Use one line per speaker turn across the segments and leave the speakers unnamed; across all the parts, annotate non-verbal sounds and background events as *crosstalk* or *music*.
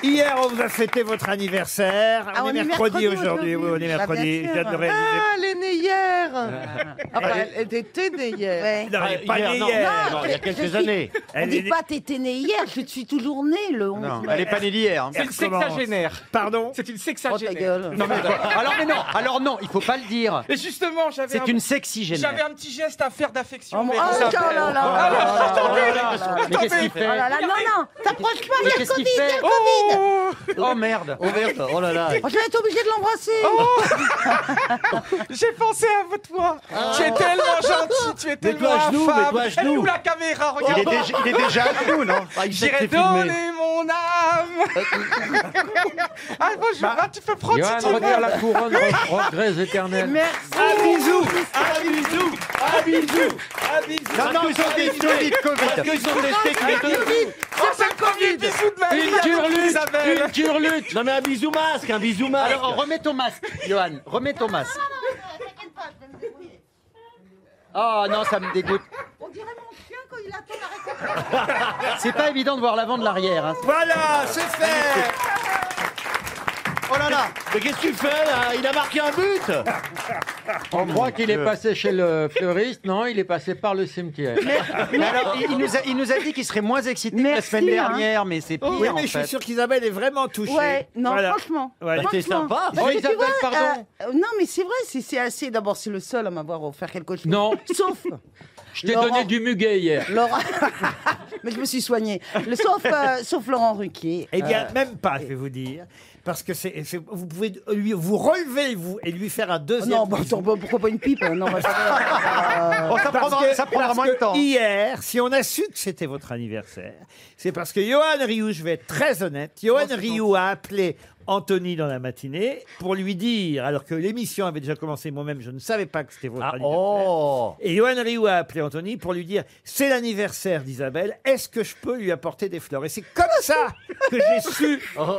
Hier, on vous a fêté votre anniversaire.
Ah,
on, est mercredi, aujourd'hui. Oui, on est mercredi. Je viens de le réaliser.
Ah, elle est née hier Ah bah, elle- Elle était née hier
Non, elle est pas née
Ah, non,
hier.
euh, non, il y a quelques
Ah, je suis-
années.
On
Elle
dit
est-
pas t'étais né hier, je suis toujours né le 11.
Non, elle est pas née d'hier. hein.
C'est une
recommence.
sexagénaire.
Pardon
C'est une
Oh ta
sexagénaire.
gueule.
Non, mais- alors mais non, alors non, il faut pas le dire.
Et justement, j'avais un,
C'est une sexy
j'avais
génère.
un petit geste à faire d'affection.
Oh,
mais
mon-
vous
oh,
savez-
là là là là
Alors,
là
attendez,
là là là.
Mais qu'est-ce qu'il fait
Oh là là, non, non, t'approches pas,
Mais
il y a
qu'est-ce
le
qu'il
Covid, il y a
fait
le Covid
Oh,
Oh merde, oh merde, oh là là.
Oh, Je vais être obligé de l'embrasser
Oh,
J'ai pensé à toi. Tu es tellement gentil, tu es tellement
à genoux,
affable.
mets-toi à
Elle est
genoux.
où la caméra
Il
Regarde.
est, déjà, il est déjà à genoux, non Ah, il sait que
J'irai
c'est filmé.
donner mon âme. ah bonjour, ah, tu peux prendre si tu veux.
couronne, regrets éternels.
Merci
Un bisou Un bisou Un bisou
Ah,
Un bisou Ah,
Non, non, ils ont des solides Covid.
qu'ils ont testé
Oh, c'est le premier bisou de ma vie. à vous, Isabelle.
turlute Non mais un bisou masque, un bisou masque Alors remets ton masque, Johan, remets ton masque.
T'inquiète pas, je vais me débrouiller.
Oh non, ça me dégoûte.
On dirait mon chien quand il attend la récolte.
C'est pas évident de voir l'avant de l'arrière. hein.
Voilà, c'est fait
Oh là là
Mais qu'est-ce que tu fais là Il a marqué un but
On croit qu'il est passé chez le fleuriste, non Il est passé par le cimetière.
Mais alors, il, il nous a, il nous a dit qu'il serait moins excité que la
Merci,
semaine
hein.
dernière, mais c'est pire
Oh, Oui,
en
mais je
fait.
suis sûr qu'Isabelle est vraiment touchée.
Ouais, non,
Voilà.
franchement.
Ouais.
franchement.
Bah, t'es sympa.
Parce
Oh,
que tu
Isabelle,
vois,
pardon.
euh, euh, non, mais c'est vrai, c'est c'est assez. D'abord, c'est le seul à m'avoir offert quelque chose.
Non.
Sauf.
Je t'ai
Laurent.
donné du muguet hier.
Laurent. *laughs* mais je me suis soignée. Le- Sauf, euh, sauf Laurent Ruquier.
Eh
Euh.
bien, même pas, je vais vous dire. Parce que c'est, c'est- vous pouvez lui, vous relever vous, et lui faire un deuxième.
Non, bah,
bisou.
attends, bah, pourquoi pas une pipe hein, Non, bah,
Oh, ça
Parce
prendra,
que-
ça prendra
parce
moins de
que
temps.
Hier, si on a su que c'était votre anniversaire, c'est parce que Johan Rioux, je vais être très honnête,
Oh,
Johan Rioux a appelé Anthony dans la matinée pour lui dire, alors que l'émission avait déjà commencé moi-même, je ne savais pas que c'était votre
Ah,
anniversaire.
Oh
Et Johan Rioux a appelé Anthony pour lui dire c'est l'anniversaire d'Isabelle, est-ce que je peux lui apporter des fleurs Et c'est comme ça que j'ai
*laughs*
su.
Oh.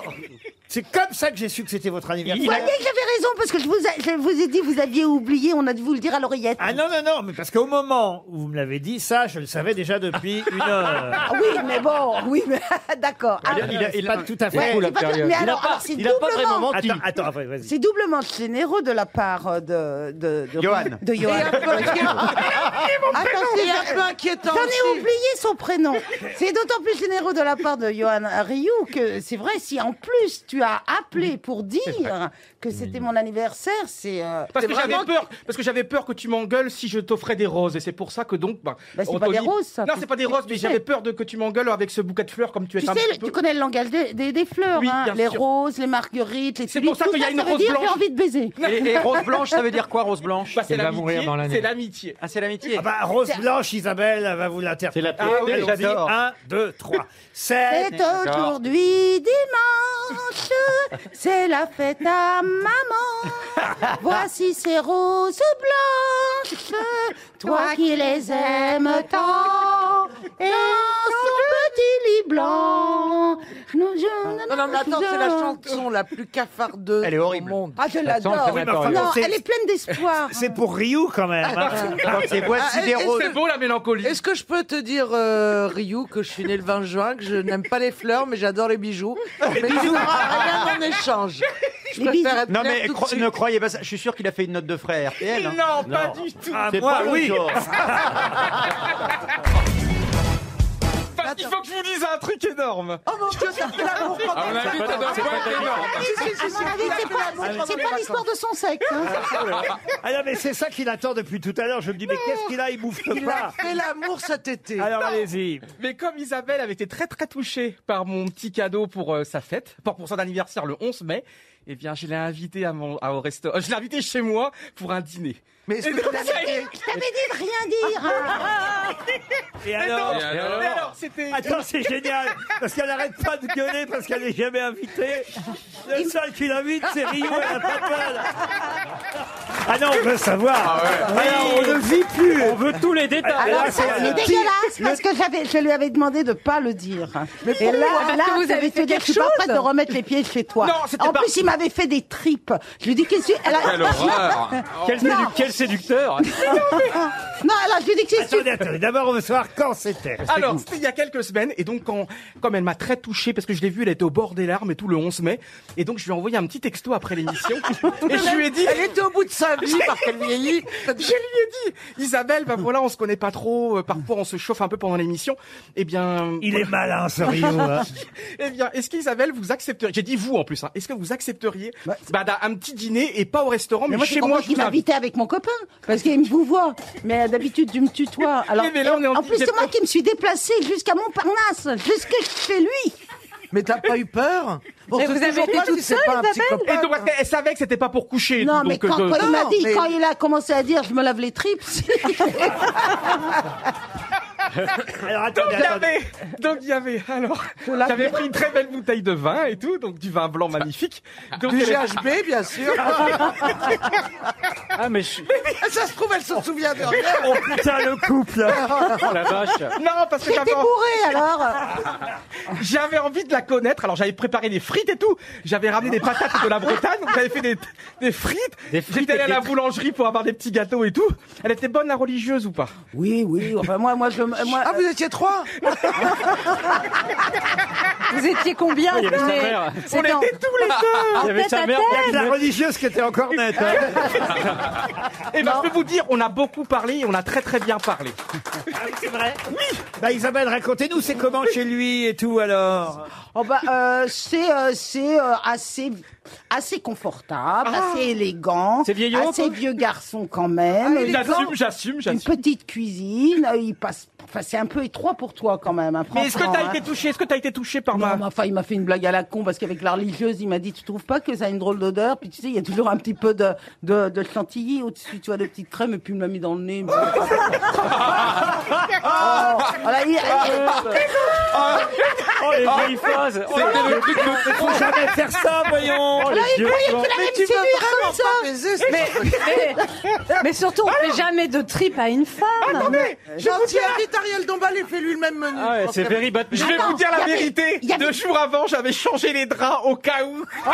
C'est comme ça que j'ai su que c'était votre
Vous
anniversaire.
voyez que j'avais raison parce que je vous, ai, je vous ai dit, vous aviez oublié, on a dû vous le dire à l'oreillette.
Ah non, non, non, mais parce qu'au moment où vous me l'avez dit, ça, je le savais déjà depuis une heure.
Ah oui, mais bon, oui, mais *laughs* d'accord. Ah,
Il a, pas tout à fait.
ouais,
cool, la
c'est pas-
période.
mais
Il n'a
alors,
pas,
alors, c'est
il a pas vraiment
doublement,
menti.
Attends, attends, après, vas-y.
c'est doublement généreux de la part euh, de de de
Johan.
De Johan. *laughs* Attends,
C'est un
c'est-
peu inquiétant
J'en ai
aussi.
oublié son prénom. C'est d'autant plus généreux de la part de Johan Rioux que c'est vrai, si en plus tu as appelé pour dire que c'était mon anniversaire, c'est. euh,
Parce
c'est
que j'avais
vraiment-
peur, parce que j'avais peur que tu m'engueules si je t'offrais des roses, et c'est pour ça que donc, ben,
Bah, c'est pas des roses, ça.
Non,
Tu-
c'est pas des
tu-
roses,
tu
mais
sais.
j'avais peur de que tu m'engueules avec ce bouquet de fleurs comme tu es
Tu
un
sais,
petit
le-
peu.
tu connais le langage des, des- des fleurs,
Oui,
hein,
bien
les
sûr.
roses, les marguerites, les
C'est
tulipes,
pour ça
tout
qu'il y a
ça,
une
ça veut
rose
dire j'ai
blanche.
envie de baiser.
Et, et rose blanche, ça veut dire quoi, rose blanche
Bah, c'est
Il va mourir
l'amitié,
dans l'année.
c'est l'amitié.
Ah, c'est l'amitié.
Ah bah, Rose Blanche, Isabelle, elle va vous l'interpréter.
C'est la
Ah oui,
j'adore.
1, 2, 3. C'est...
C'est aujourd'hui dimanche, c'est la fête à maman. Voici ces roses blanches, toi qui les aimes tant. Et dans son petit lit blanc, nous
Non, non, mais attends, c'est la chanson la plus cafardeuse
Elle est horrible.
au monde.
Ah, je
Ça sent
l'adore.
le
mais enfin,
Non,
crématorium.
C'est-
elle est pleine d'espoir.
C'est pour Ryu quand même. hein.
Quand c'est voici
Ah,
des
et- et
roses.
C'est beau la mélancolie.
Est-ce que je peux te dire, euh, Ryu, que je suis née le 20 juin, que je n'aime pas les fleurs, mais j'adore les bijoux Mais tu n'auras rien en échange. Je
Les
préfère
bijoux.
être
Non
claire
mais
tout de
cro-
suite.
ne croyez pas ça, je suis sûr qu'il a fait une note de frais à RTL. hein.
Non, pas du tout.
Ah,
C'est
moi,
pas le
oui. *laughs*
genre.
Parce qu'il faut que je vous dise un truc énorme.
Oh mon Dieu, ça fait l'amour quand
À mon avis, t'as un point énorme.
À mon avis, c'est pas, Ah, c'est pas l'histoire de son sexe. hein.
Ah non, mais c'est ça qu'il attend depuis tout à l'heure. Je me dis, mais qu'est-ce qu'il a Il bouffe
Il a
pas. Ah,
fait l'amour cet été.
Alors allez-y.
Mais comme Isabelle avait été très très touchée par mon petit cadeau pour euh, sa fête, pour, pour son anniversaire le 11 mai, eh bien je l'ai invitée à mon à- au resto, euh, je l'ai invitée chez moi pour un dîner.
Mais est-ce
Et
que
donc,
tu l'as
ça y est.
Je t'avais dit de rien dire. hein.
Et
Et
alors
donc, et alors, c'était
Attends, c'est génial. Parce qu'elle arrête pas de gueuler parce qu'elle n'est jamais invitée. Le seul qui l'invite, c'est Ryu et la patronne. Ah non, on veut savoir. Ah Alors, on ne vit plus.
On veut tous les détails.
Alors
Là,
ça,
c'est-
c'est
le-
dégueulasse parce que j'avais, je lui avais demandé de pas le dire. Et
pourquoi
là,
Parce
là,
que vous
je
avez
vais
fait
te dire, je
quelque
suis pas prête
chose
de remettre les pieds chez toi. en plus, il m'avait fait des tripes. Je lui dis qu'est-ce que tu... elle a-
Quelle
*laughs*
horreur Quel, sédu- quel séducteur
Non, alors je lui dis qu'est-ce que
Attendez,
tu...
attendez. D'abord, on veut savoir quand c'était.
Alors, c'était il y a quelques semaines, et donc, quand, comme elle m'a très touché, parce que je l'ai vue, elle était au bord des larmes et tout le 11 mai, et donc je lui ai envoyé un petit texto
*laughs*
après l'émission, et je lui ai dit,
Elle était au bout de sa vie parce qu'elle vieillit.
je lui ai dit, Isabelle, bah voilà, on se connaît pas trop, euh, parfois on se chauffe un peu pendant l'émission, eh bien,
Il est malin, ce Rio. hein.
*laughs* eh bien, est-ce qu'Isabelle, vous accepteriez, j'ai dit vous en plus, hein, est-ce que vous accepteriez,
Bah,
bah, d'un- un petit dîner, et pas au restaurant, mais,
Mais moi,
chez moi, je
il
vous invite.
m'invitait avec mon copain parce qu'il me voit. Mais euh, d'habitude, tu me tutoies. Alors,
Mais là, on est en
en plus, c'est moi
digestion.
qui me suis déplacée jusqu'à Montparnasse, jusque chez lui.
Mais t'as pas eu peur On
Mais
sait
vous avez
toujours
été
pas si
toute
c'est
seule,
pas un
Isabelle
Et
psychopathe,
donc,
hein.
parce qu'elle- elle savait que c'était pas pour coucher,
Non,
donc,
mais quand,
euh,
quand il m'a
non,
dit,
mais-
quand il a commencé à dire, je me lave les tripes. *laughs*
Alors,
Donc
attendez,
il y
attendez.
avait, donc il y avait, alors, j'avais pris une très belle bouteille de vin et tout, donc du vin blanc magnifique.
Ah.
Donc
Du
elle-
GHB, bien sûr.
Ah, mais je...
Ça se trouve, elle se souvient de rien.
Oh putain, le couple
oh la vache
Non, parce que j'avais,
J'étais bourré alors.
j'avais envie de la connaître, alors j'avais préparé des frites et tout, j'avais ramené des patates de la Bretagne, donc j'avais fait des, des frites,
Des frites
j'étais allé
et
à la
des-
boulangerie pour avoir des petits gâteaux et tout. Elle était bonne la religieuse ou pas
Oui, oui. Enfin, moi, moi, je, moi,
Ah, vous étiez trois
Vous étiez combien
Il y avait sa
Mais-
mère.
c'est
On
dans-
était tous les deux
*laughs*
Il y avait
tête
sa
à
mère.
tête.
La religieuse qui était encore nette. hein.
Et ben, je peux vous dire, on a beaucoup parlé et on a très très bien parlé.
Ah oui, c'est vrai Bah, Isabelle, racontez-nous, c'est comment chez lui et tout, alors
Oh bah, euh, c'est euh, c'est euh, assez assez confortable, assez élégant,
C'est vieillot, un
assez
peu
vieux garçon quand même.
Ah, il a-
J'assume, j'assume,
une
j'assume.
petite cuisine, euh, il passe. Enfin, c'est un peu étroit pour toi quand même. hein,
Mais est-ce que t'as
franchement,
été
hein.
touché Est-ce que t'as été touché par
Non,
ma
mais enfin, il m'a fait une blague à la con parce qu'avec la religieuse, il m'a dit Tu trouves pas que ça a une drôle d'odeur Puis tu sais, il y a toujours un petit peu de, de, de chantilly au-dessus, tu vois, de petites crèmes, et puis il m'a mis dans le
*laughs*
nez. il me dit, Oh, voilà, il-
Oh les vieilles phases Oh,
C'était le truc de... Faut jamais faire ça, voyons
les vieux plans.
Mais tu veux vraiment pas baiser ce
Mais, mais- mais surtout, on fait jamais de trip à une femme.
Ah,
Gentil, invite Ariel Dombal et fais-lui le même menu.
Ah ouais, c'est Very Batman.
bah, Je vais
Ah.
vous dire la
y avait-
vérité.
il y avait-
Deux jours avant, j'avais changé les draps au cas où.
Je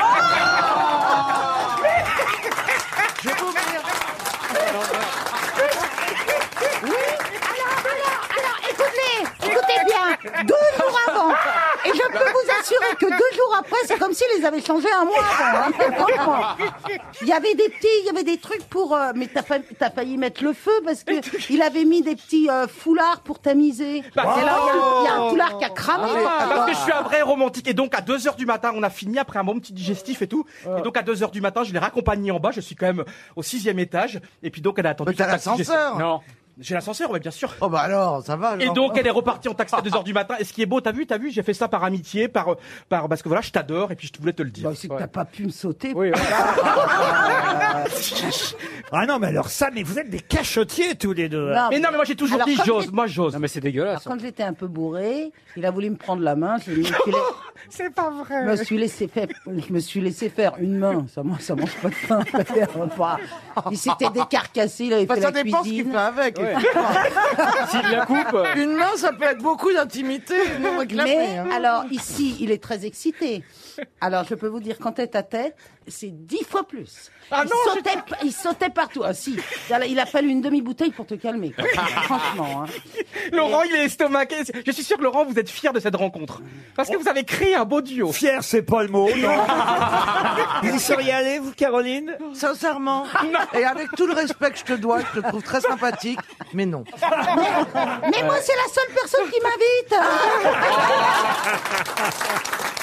vais m'ouvrir.
Alors, alors, alors, écoutez, écoutez bien, deux jours avant. Et je peux vous assurer que deux jours après, c'est comme s'ils les avaient changés un mois avant. hein, franchement. Il y avait des petits, il y avait des trucs pour. euh, mais t'as failli, t'as failli mettre le feu parce que il avait mis des petits euh, foulards pour tamiser.
Parce-
Et là, il y a un- il y, a un foulard qui a cramé.
Ah, Parce que je suis un vrai romantique. Et donc, à 2h du matin, on a fini après un bon petit digestif et tout.
Ah.
Et donc, à 2h du matin, je l'ai raccompagnée en bas. Je suis quand même au sixième étage. Et puis, donc, elle a attendu.
Mais t'as
son taxi.
l'ascenseur.
Non. J'ai l'ascenseur, ouais, bien sûr.
Oh bah alors, ça va.
Et
genre.
donc elle est repartie en taxi à 2h du matin. Et ce qui est beau, t'as vu, t'as vu, j'ai fait ça par amitié, par, euh, par parce que voilà, je t'adore et puis je voulais te le dire.
Bah, c'est que t'as pas pu me sauter.
Oui, ouais.
Ah non, mais alors ça, mais vous êtes des cachotiers tous les deux. hein.
Mais non, mais moi j'ai toujours
Alors,
dit
comme
j'ose,
c'est-
moi j'ose.
Non mais c'est dégueulasse.
Quand j'étais un peu bourré, il a voulu me prendre la
*laughs*
main. Je me suis, la-
C'est pas vrai.
je me suis laissé faire, je me suis laissé faire une main. Ça, moi, ça mange pas de pain. Pas. Il s'était décarcassé. Il avait
Enfin,
fait
Bah, ça
la
dépend ce qu'il
cuisine.
fait avec.
S'il la coupe, euh,
Une main, ça peut être beaucoup d'intimité. non réclamée,
Mais
hein.
alors ici, il est très excité. Alors je peux vous dire qu'en tête à tête, c'est dix fois plus.
Ah
il, sautait, il sautait partout. Ah si, il a fallu une demi-bouteille pour te calmer. quoi. Franchement. hein.
Laurent, il est estomaqué. Je suis sûr que Laurent, vous êtes fier de cette rencontre. Parce
Oh.
que vous avez créé un beau duo.
Fier, c'est pas le mot. non. vous y seriez allé, vous, Caroline
euh, Sincèrement,
Ah,
et avec tout le respect que je te dois, je te trouve très sympathique, mais non. *laughs*
Mais moi, c'est la seule personne qui m'invite.